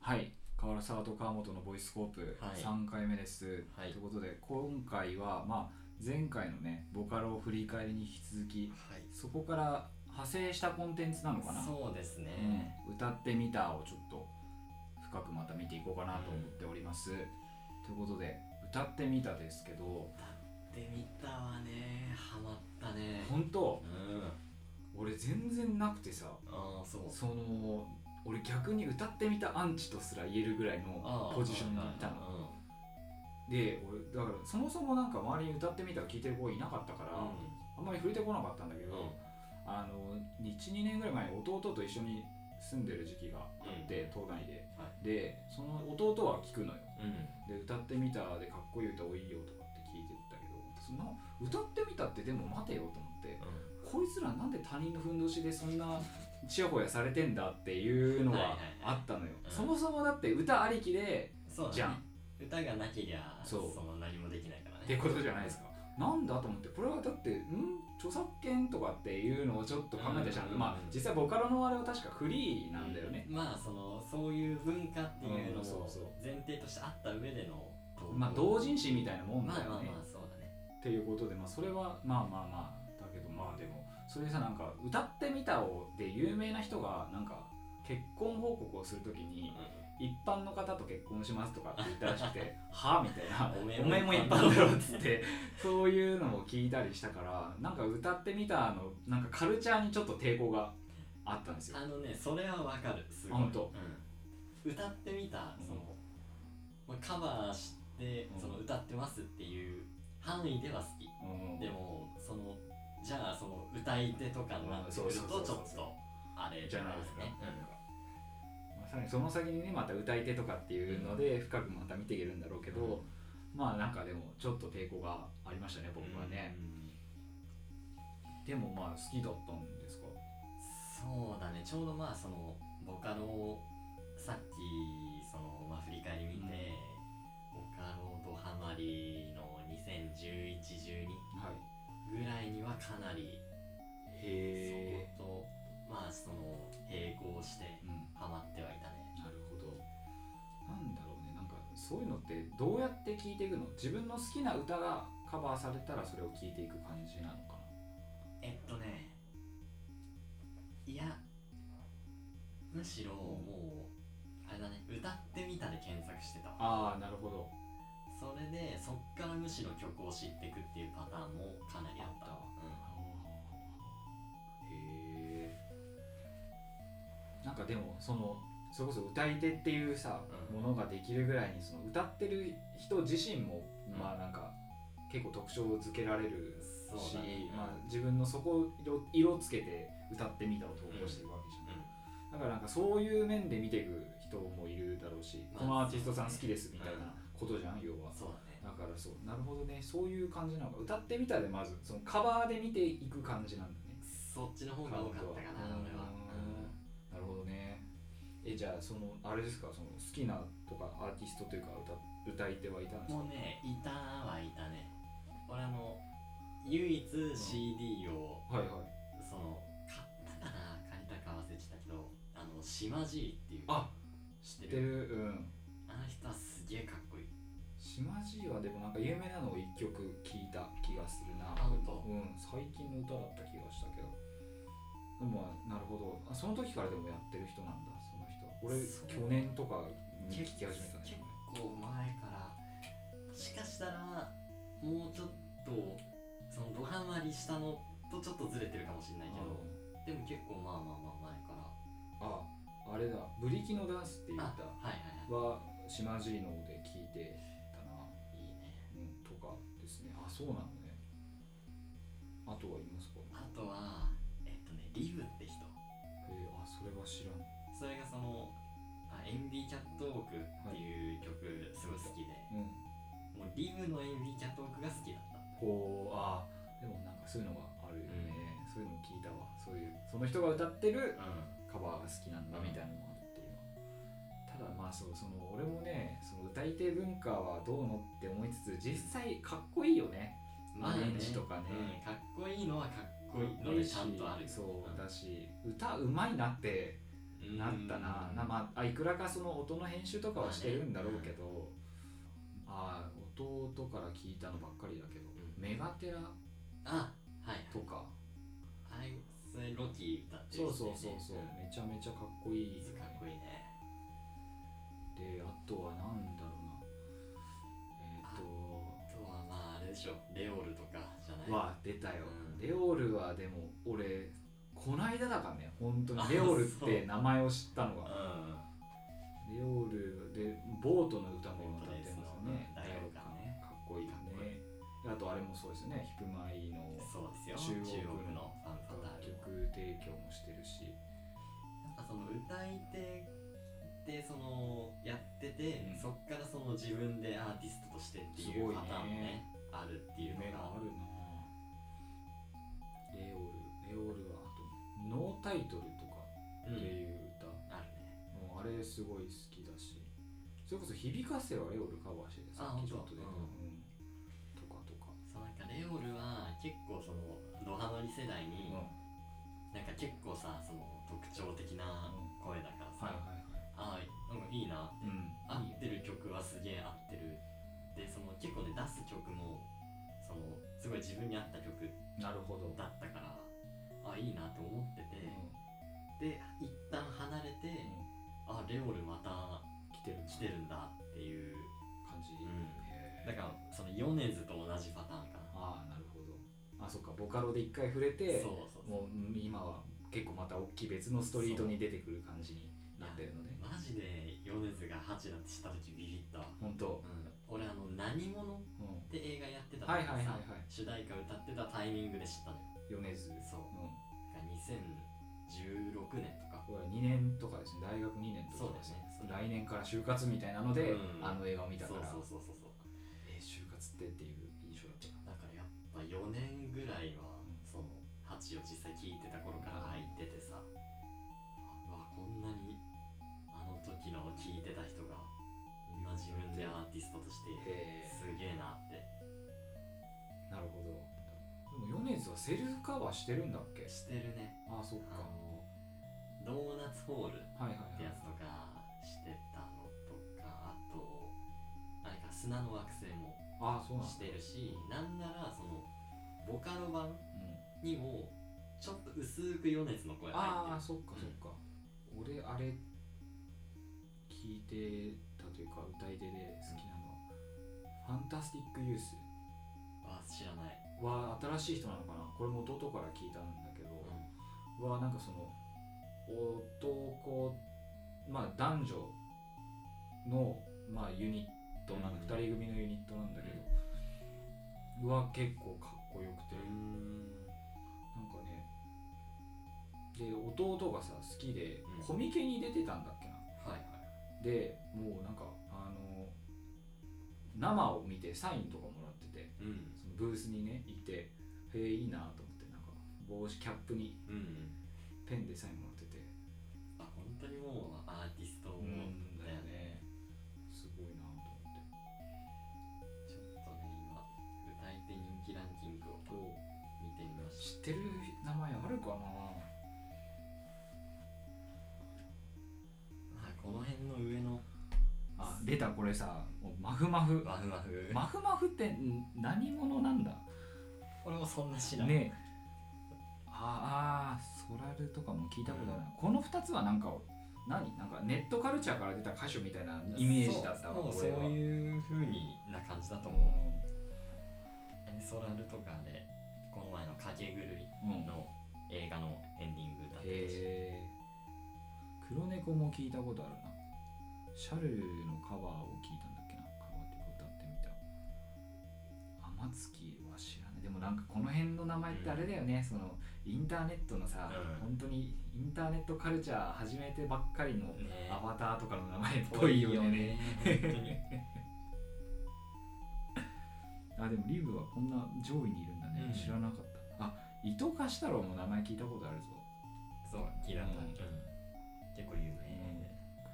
はい河原沢と川本のボイスコープはい3回目です、はいということで今回は、まあ、前回のねボカロを振り返りに引き続きはいそこから派生したコンテンツなのかなそうですね、うん歌ってみたをちょっと深くまた見ていこうかなと思っております、ということで歌ってみたですけどで見たわねハマったね本当うん俺全然なくてさああそうその俺逆に歌ってみたアンチとすら言えるぐらいのあーポジションにいたので俺だからそもそもなんか周りに歌ってみたら聴いてる子いなかったから、うんあんまり触れてこなかったんだけうんど、うんあの12年ぐらい前に弟と一緒に住んでる時期があって東大で、はでその弟は聴くのようんで歌ってみたでかっこいい歌多いよとかって聞いてたけどその歌ってみたってでも待てよと思ってこいつらなんで他人のふんどしでそんなちやほやされてんだっていうのはいははいはいあったのよ、うんそもそもだって歌ありきでそうだねじゃん歌がなけりゃそうの何もできないからねってことじゃないですかなんだと思ってこれはだってん著作権とかっていうのをちょっと考えてしまう、うんまあ実際ボカロのあれは確かフリーなんだよね、うまあそのそういう文化っていうのうんそうをそう前提としてあった上でのまあ同人誌みたいなもんまあだまあよね、まあそうだねっていうことでまあそれはまあまあまあだけどまあでもそれでさなんか歌ってみたをで有名な人がなんか結婚報告をするときに一般の方と結婚しますとかって言ったらしくてはあみたいなおめえおも前も一般だろっつって そういうのも聞いたりしたからなんか歌ってみたのなんかカルチャーにちょっと抵抗があったんですよあのねそれはわかるすごいあほんとうん歌ってみたその、まあ、カバーしてうんその歌ってますっていう範囲では好きうんでもそのじゃあその歌い手とかになってくるとちうんそうょそうっそうそうとあれじゃないですか、ねまあさらにその先にねまた歌い手とかっていうので深くまた見ていけるんだろうけど、まあなんかでもちょっと抵抗がありましたね僕はね、うんでもまあ好きだったんですかそうだねちょうどまあそのボカロをさっきその、まあ、振り返り見て、ボカロドハマりの201112はいぐらいにはかなりそへえこと、まあその並行してうんハマってはいたねなるほどなんだろうねなんかそういうのってどうやって聴いていくの自分の好きな歌がカバーされたらそれを聴いていく感じなのかえっとねいやむしろもうあれだね歌ってみたで検索してたなあわあなるほどそれでそっからむしろ曲を知っていくっていうパターンもかなりあっあたっうんへえなんかでもそのそれこそ歌い手っていうさ、うんものができるぐらいにその歌ってる人自身も、うんまあなんか結構特徴づけられるそうし、だねまあ、自分のそこを色色つけて歌ってみたを投稿してるわけじゃん、だからなんかそういう面で見ていく人もいるだろうし、まあこのアーティストさん好きですみたいなことじゃん要はうん、そうだねだからそうなるほどねそういう感じなのか歌ってみたでまずそのカバーで見ていく感じなんだねそっちの方が多かったかなうん俺は、なるほどねえじゃあそのあれですかその好きなとかアーティストというか歌歌い手はいたんですかうんもうねいたはいたね俺あの唯一 CD をはいはいその買ったかな借りたか忘れてたけどあの島爺っていうあ知知っっててるるうんあの人はすげえかっこいい島爺はでもなんか有名なのを一曲聞いた気がするなあ本当うん最近の歌だった気がしたけどでもまあなるほどあその時からでもやってる人なんだその人俺そう去年とかに聞き始めた結ね構前からもしかしたらもうちょっとそのドハマりしたのとちょっとずれてるかもしれないけどでも結構まあまあまあ前からああれだ「ブリキのダンス」って言っあたはいはいはは島尻ので聞いてたな、いいいねうん、とかですねあそうなのねあとはいますかあとはえっとねリブって人えー、あそれは知らんそれがそのあ「エンビーキャットウォーク」っていう曲すごい好きで、うんもうリブのエンビーキャットウォークが好きだったこうあでもなんかそういうのがあるよね、そういうの聞いたわそういうその人が歌ってるうカバーが好きなんだみたいなのもあるっていうのはただまあそうその俺もねその歌い手文化はどうのって思いつつ実際かっこいいよねアレンジとかねうんかっこいいのはかっこいいかっこのいでいしちゃんとあるそううんだし歌うまいなってなったな,、なまあ、あいくらかその音の編集とかはしてるんだろうけど、ああ弟から聞いたのばっかりだけど、うんメガテラあはいとか、あれそれロキ歌ってるそ人うそうそうそう、ねめちゃめちゃかっこいいうんかっこいいねであとはなんだろうなえっ、あとはまああれでしょレオールとかじゃないとは出たよ、うんレオルはでも俺こないだだからね本当にレオルっあそうて名前を知ったのうんがレオルでボートの歌も歌ってますよねボだートレースのよだよねかっこいいよかっこいねあとあれもそうですよねヒプマイのそうですよ中国ののファン楽曲ファタール提供もしてるしなんかその歌い手でそのやってて、うんそっからその自分でアーティストとしてっていすごういねパターンもねあるっていうの夢があがるなぁレオルレオルはあとノータイトルとかうってん、いう歌、あるねもうあれすごい好きだしそれこそ「響かせ」はレオルカバーしててさっきちょっと出た、あう本んとかとか、そうなんかレオルは結構そのドハマり世代に、はなんか結構さその特徴的な声だかいはらいさ、はい、ああなんかいいなっうて、ん、合ってる曲はすげえ合ってるでその結構ね出す曲もそのすごい自分に合った曲なるほど、うんだったからあいいなと思ってて、で一旦離れて、あレオルまた来てる来てるんだっていう感じ、んへーだからその米津と同じパターンかあなあなるほどあそっかボカロで一回触れてそうそうそうもううん今は結構また大きい別のストリートに出てくる感じになってるのねマジで米津が8だって知った時ビビったわ、本当、うん、俺あの「何者」っうん、て映画やってたはい時にさはいはいはい主題歌歌ってたタイミングで知ったのよ米津そううんが2016年とか僕ら2年とかですね大学2年とかですねそうだよ来ね年から就活みたいなので、うんあの映画を見たからそうそうそうそうそうえー就活ってっていう印象だっただからやっぱ4年ぐらいはうんその8を実際聴いてた頃から入っててさあうわこんなにあの時の聴いてた人が今自分でアーティストとしてへすげえなってえなるほどでも米津はセルフカバーしてるんだっけしてるねああそっあかのドーナツホールはいはいってはいやつとかしてたのとかあとあれか砂の惑星もああそうなんだしてるしなんならそのボカロ版うんにもちょっと薄く米津の声入ああってそっかそっか、俺あれ聞いてたというか歌い手で好きなのは、ファンタスティックユースるあ知らない、は新しい人なのかなこれも弟から聞いたんだけど、はなんかその男まあ男女の、まあ、ユニットなんかうん2人組のユニットなんだけど、は結構かっこよくて、なんかねで弟がさ好きでうんコミケに出てたんだっけなはいはいでもうなんかあの生を見てサインとかもらっててうんそのブースにねいてへえいいなと思ってなんか帽子キャップにうんペンでサインもらっててあ本当にもうアーティストうんだよねすごいなと思ってちょっとね今歌い手人気ランキングをこ見てみまうし知ってる名前あるかなたあこの辺の上のあ出たこれさもうマフマフマフマフ、マフマフってん何者なんだ俺もそんな知らん、ねああソラルとかも聞いたことあるな、この2つはなんか何なんかネットカルチャーから出た歌手みたいなイメージだったわそうそう俺はいうふうにな感じだとう思うエソラルとかでこの前の「影狂いんうん」の映画のエンディング歌っへてたしえ黒猫も聞いたことあるなシャルルのカバーを聞いたんだっけなカバーっていうか歌ってみた天月は知らないでもなんかこの辺の名前ってあれだよね、そのインターネットのさ、うん本当にインターネットカルチャー始めてばっかりのねアバターとかの名前っぽいよねぽいよね本 あ当にでもリブはこんな上位にいるんだね、うん知らなかったあ伊藤貸太郎も名前聞いたことあるぞそう聞いたことあるうん結構有名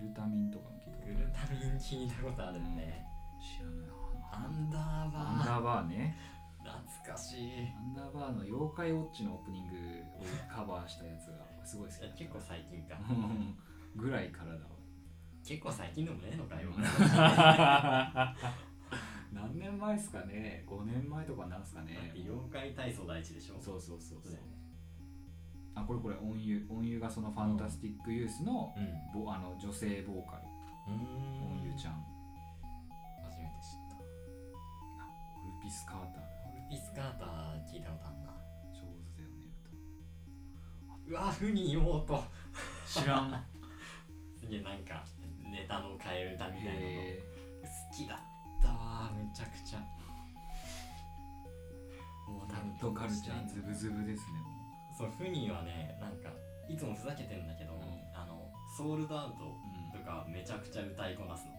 グルタミンとかも聞いたことあグるルタミン聞いたことあるね知らないアンダーバアンーダーバーね懐かしいいアンダーバーの「妖怪ウォッチ」のオープニングをカバーしたやつがすごい好きだやった結構最近かうんぐらいからだわ結構最近でも ねえのかよ 何年前ですかね5年前とかなんですかね妖怪体操第一でしょそうそうそうそそううだよねあこれこれ音優音優がそのファンタスティックユースの,、うんぼあの女性ボーカル音優ちゃん初めて知ったあオルピス・カーターだオルピス・カーター聞いたことあんな上手だよねうわふに妹歌知らんすげえなんかネタの替え歌みたいなのへ好きだったわめちゃくちゃもうーダ多分ントカルチャーズブズブですねそうフニーはねなんかいつもふざけてんだけど、うんあのソールドアウトうとかめちゃくちゃ歌いこなすの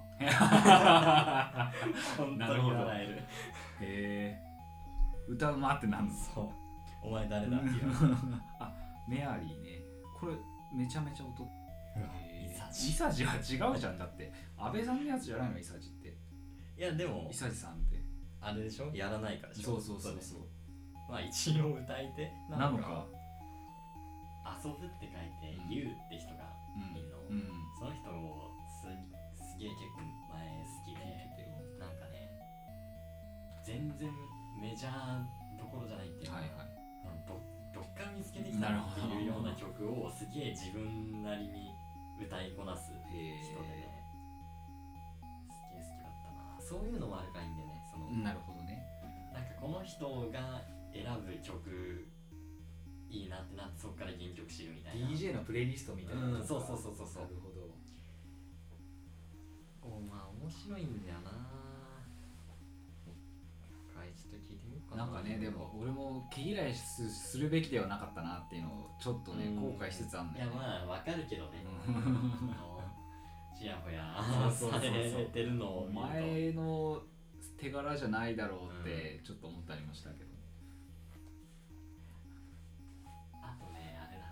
本 な当るにほど笑えるんへえ歌うまってなんですそうお前誰だっていうあメアリーねこれめちゃめちゃ音イサイジサジは違うじゃんだって安倍さんのやつじゃないのイサジっていやでもイサジさんってあれでしょやらないからでしょそうそうそうれそうまあ一応歌い手なのか遊ぶって書いてうん「ゆう」って人がうんいいのうんその人もすすげえ結構前好き聞いてでてなんかね全然メジャーどころじゃないっていうか、はいはあのどどっから見つけてきたのっていうようななるほ曲をすげえ自分なりに歌いこなす人いへでねすげえ好きだったなそういうのもあるからいいんだよねその、えなるほどねなんかこの人が選ぶ曲いいなってなってそっから原曲知るみたいな DJ のプレイリストみたいなうんそうそうそうそうそうなるほどおまあ面白いんだよな一回ちょっと聞いてみようかななんかねでも俺も毛嫌いすするべきではなかったなっていうのをちょっとねうん後悔しつつあんいだやよねまあわかるけどね、うんあのちやほやそうそうそうされてるのおを見る前の手柄じゃないだろうってちょっと思ったりもしたけどとあとねあれだ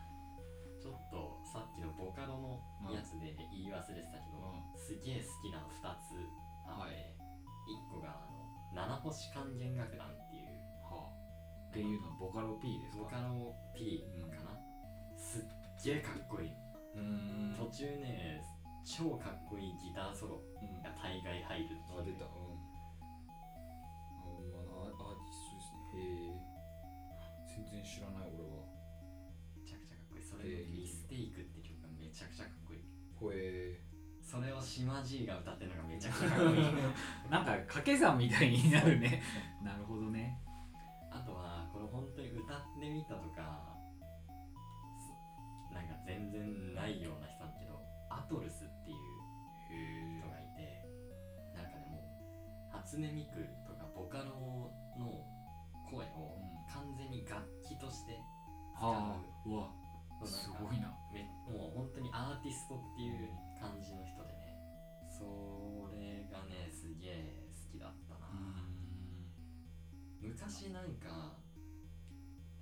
ちょっとさっきのボカロのやつで言い忘れてたけど、うすげえ好きなの2つあって、1個があの七星管弦楽団っていうはあっていうのはボカロ P ですかボカロ P かな、すっげえかっこいい、うーん途中ね超かっこいいギターソロうんが大概入るっていうあ出たうんあ、まあ、アーティストですねへえ全然知らない俺はめちゃくちゃかっこいいそれえでーミステイクって曲がめちゃくちゃかっこいいほえそれを島爺が歌ってるのがめちゃくちゃか っこいいなんか掛け算みたいになるね なるほどねあとはこれ本当に歌ってみたとかすなんか全然ないような人なんだけどアトルスっていうへえ人がいてなんかねもう初音ミクとかボカロの声を完全に楽器としてはあうわなんかすごいなめもう本当にアーティストっていう感じの人でねそれがねすげえ好きだったな、昔なんか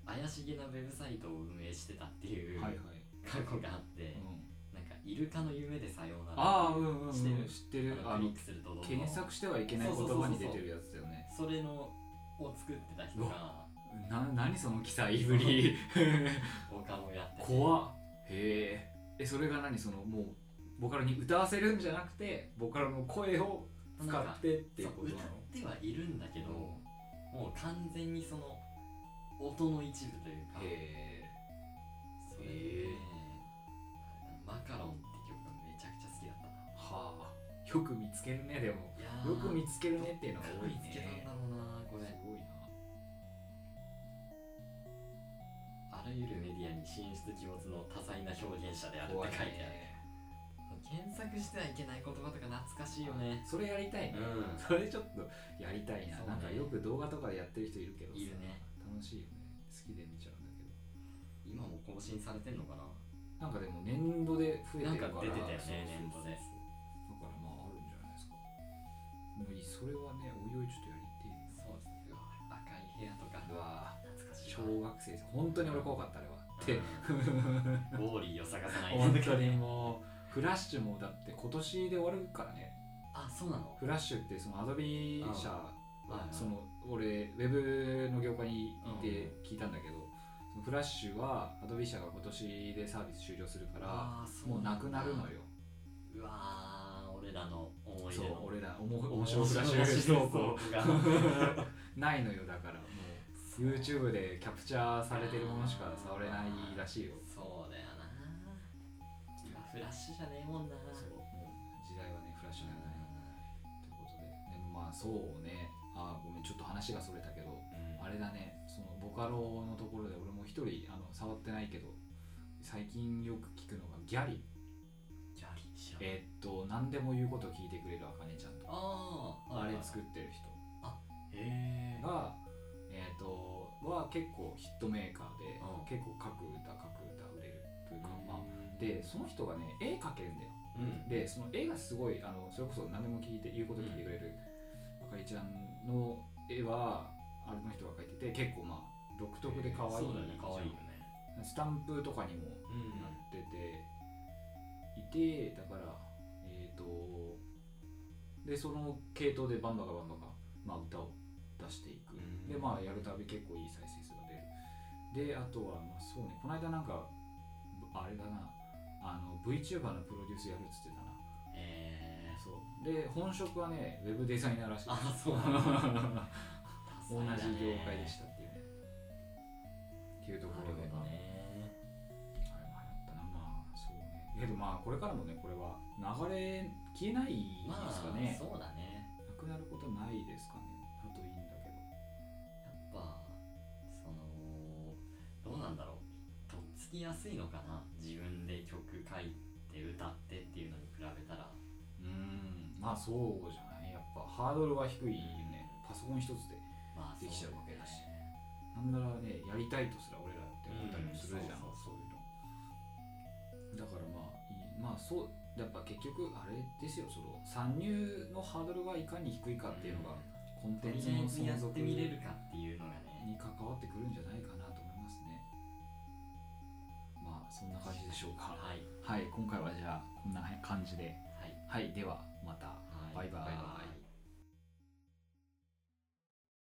怪しげなウェブサイトを運営してたっていうはいはい、過去があって、うん、なんかイルカの夢でさようならああうんうん、うん、してる知ってるああのクリのックするとどんどん検索してはいけない言葉に出てるやつだよねそれのを作ってた人うがな何その記載ぶ りボカロをやってて怖っへええそれが何そのもうボカロに歌わせるんじゃなくてボカロの声をなん使かってっていうそうこと歌なっのてはいるんだけど、もう完全にその音の一部というかへそれで、へえマカロンって曲がめちゃくちゃ好きだったなえはあよく見つけるねでもいやーよく見つけるねっていうのが多い見つけたんねだろうなこれすごいなあらゆるメディアに進出鬼没の多彩な表現者であるって怖書いいてある、ね検索してはいけない言葉とか懐かしいよねそれやりたいねう んそれちょっとやりたいなそうねなんかよく動画とかでやってる人いるけどさいるね楽しいよね好きで見ちゃうんだけど今も更新されてんのかななんかでも年度で増えてるからなんか出てたよねそうそうそう年度でだからまああるんじゃないですかもういいそれはねおいおいちょっとやりてえなそうですねうわ赤い部屋とかうわ懐かしい小わ学生です本当に俺怖かったあれはって、ウ ォーリーを探さない 本当にもうフラッシュもだって今年で終わるからねあそうなのフラッシュってそのアドビ社はいはいその俺ウェブの業界にいて聞いたんだけど、そのフラッシュはアドビ社が今年でサービス終了するからあーそもうなくなるのよようわー俺らの思いそ出うの俺らおも面白フラッシュ投稿 ないのよだからもう YouTube でキャプチャーされてるものしか触れないらしいよそうだよな今フラッシュじゃねえもんなそうもう時代はねフラッシュなんだねということで、ね、まあそうねあーごめんちょっと話がそれたけどうんあれだねそのボカロのところで俺も一人あの触ってないけど最近よく聞くのがギャリギャリ知らんえーっと何でも言うこと聞いてくれるあかねちゃんとかああーはいれはい作ってる人へえが、えー、とは結構ヒットメーカーで、うん結構各歌各歌売れるというか、まあ、でその人がね絵描けるんだようんでその絵がすごいあのそれこそ何でも聞いて言うこと聞いてくれる、あかりちゃんの絵はあれの人が描いてて結構まあ独特で可愛いそうだね可愛いよねスタンプとかにもうんなってていてだからえっ、とでその系統でバンバカバンバカ、まあ、歌を出していく、うんでまあやるたび結構いい再生数が出るであとはまあそうねこの間なんかあれだなあの VTuber のプロデュースやるっつってたなえーそうで本職はねウェブデザイナーらしいあーそうなんだ 同そうだねじ業界でしたっていうねっていうところ なでるほどねあれも流行ったなまあそうねけどまあこれからもねこれは流れ消えないですかね、そうだねなくなることないですかねあといいんだけどやっぱそのどうなんだろうとっつきやすいのかな自分で曲書いて歌ってっていうのに比べたらうんまあそうじゃないやっぱハードルは低いよねパソコン一つでまあできちゃうそわけだしねなんならねやりたいとすら俺らって思ったりもするじゃん、うんそういうのだからまあいいまあそうやっぱ結局あれですよその参入のハードルがいかに低いかっていうのが、コンとテンりツあのえずや存っ続てみれるかっていうのがねに関わってくるんじゃないかなと思いますねまあそんな感じでしょうかはいはい今回はじゃあこんな感じではいはいではまたはいバイバイバイバイ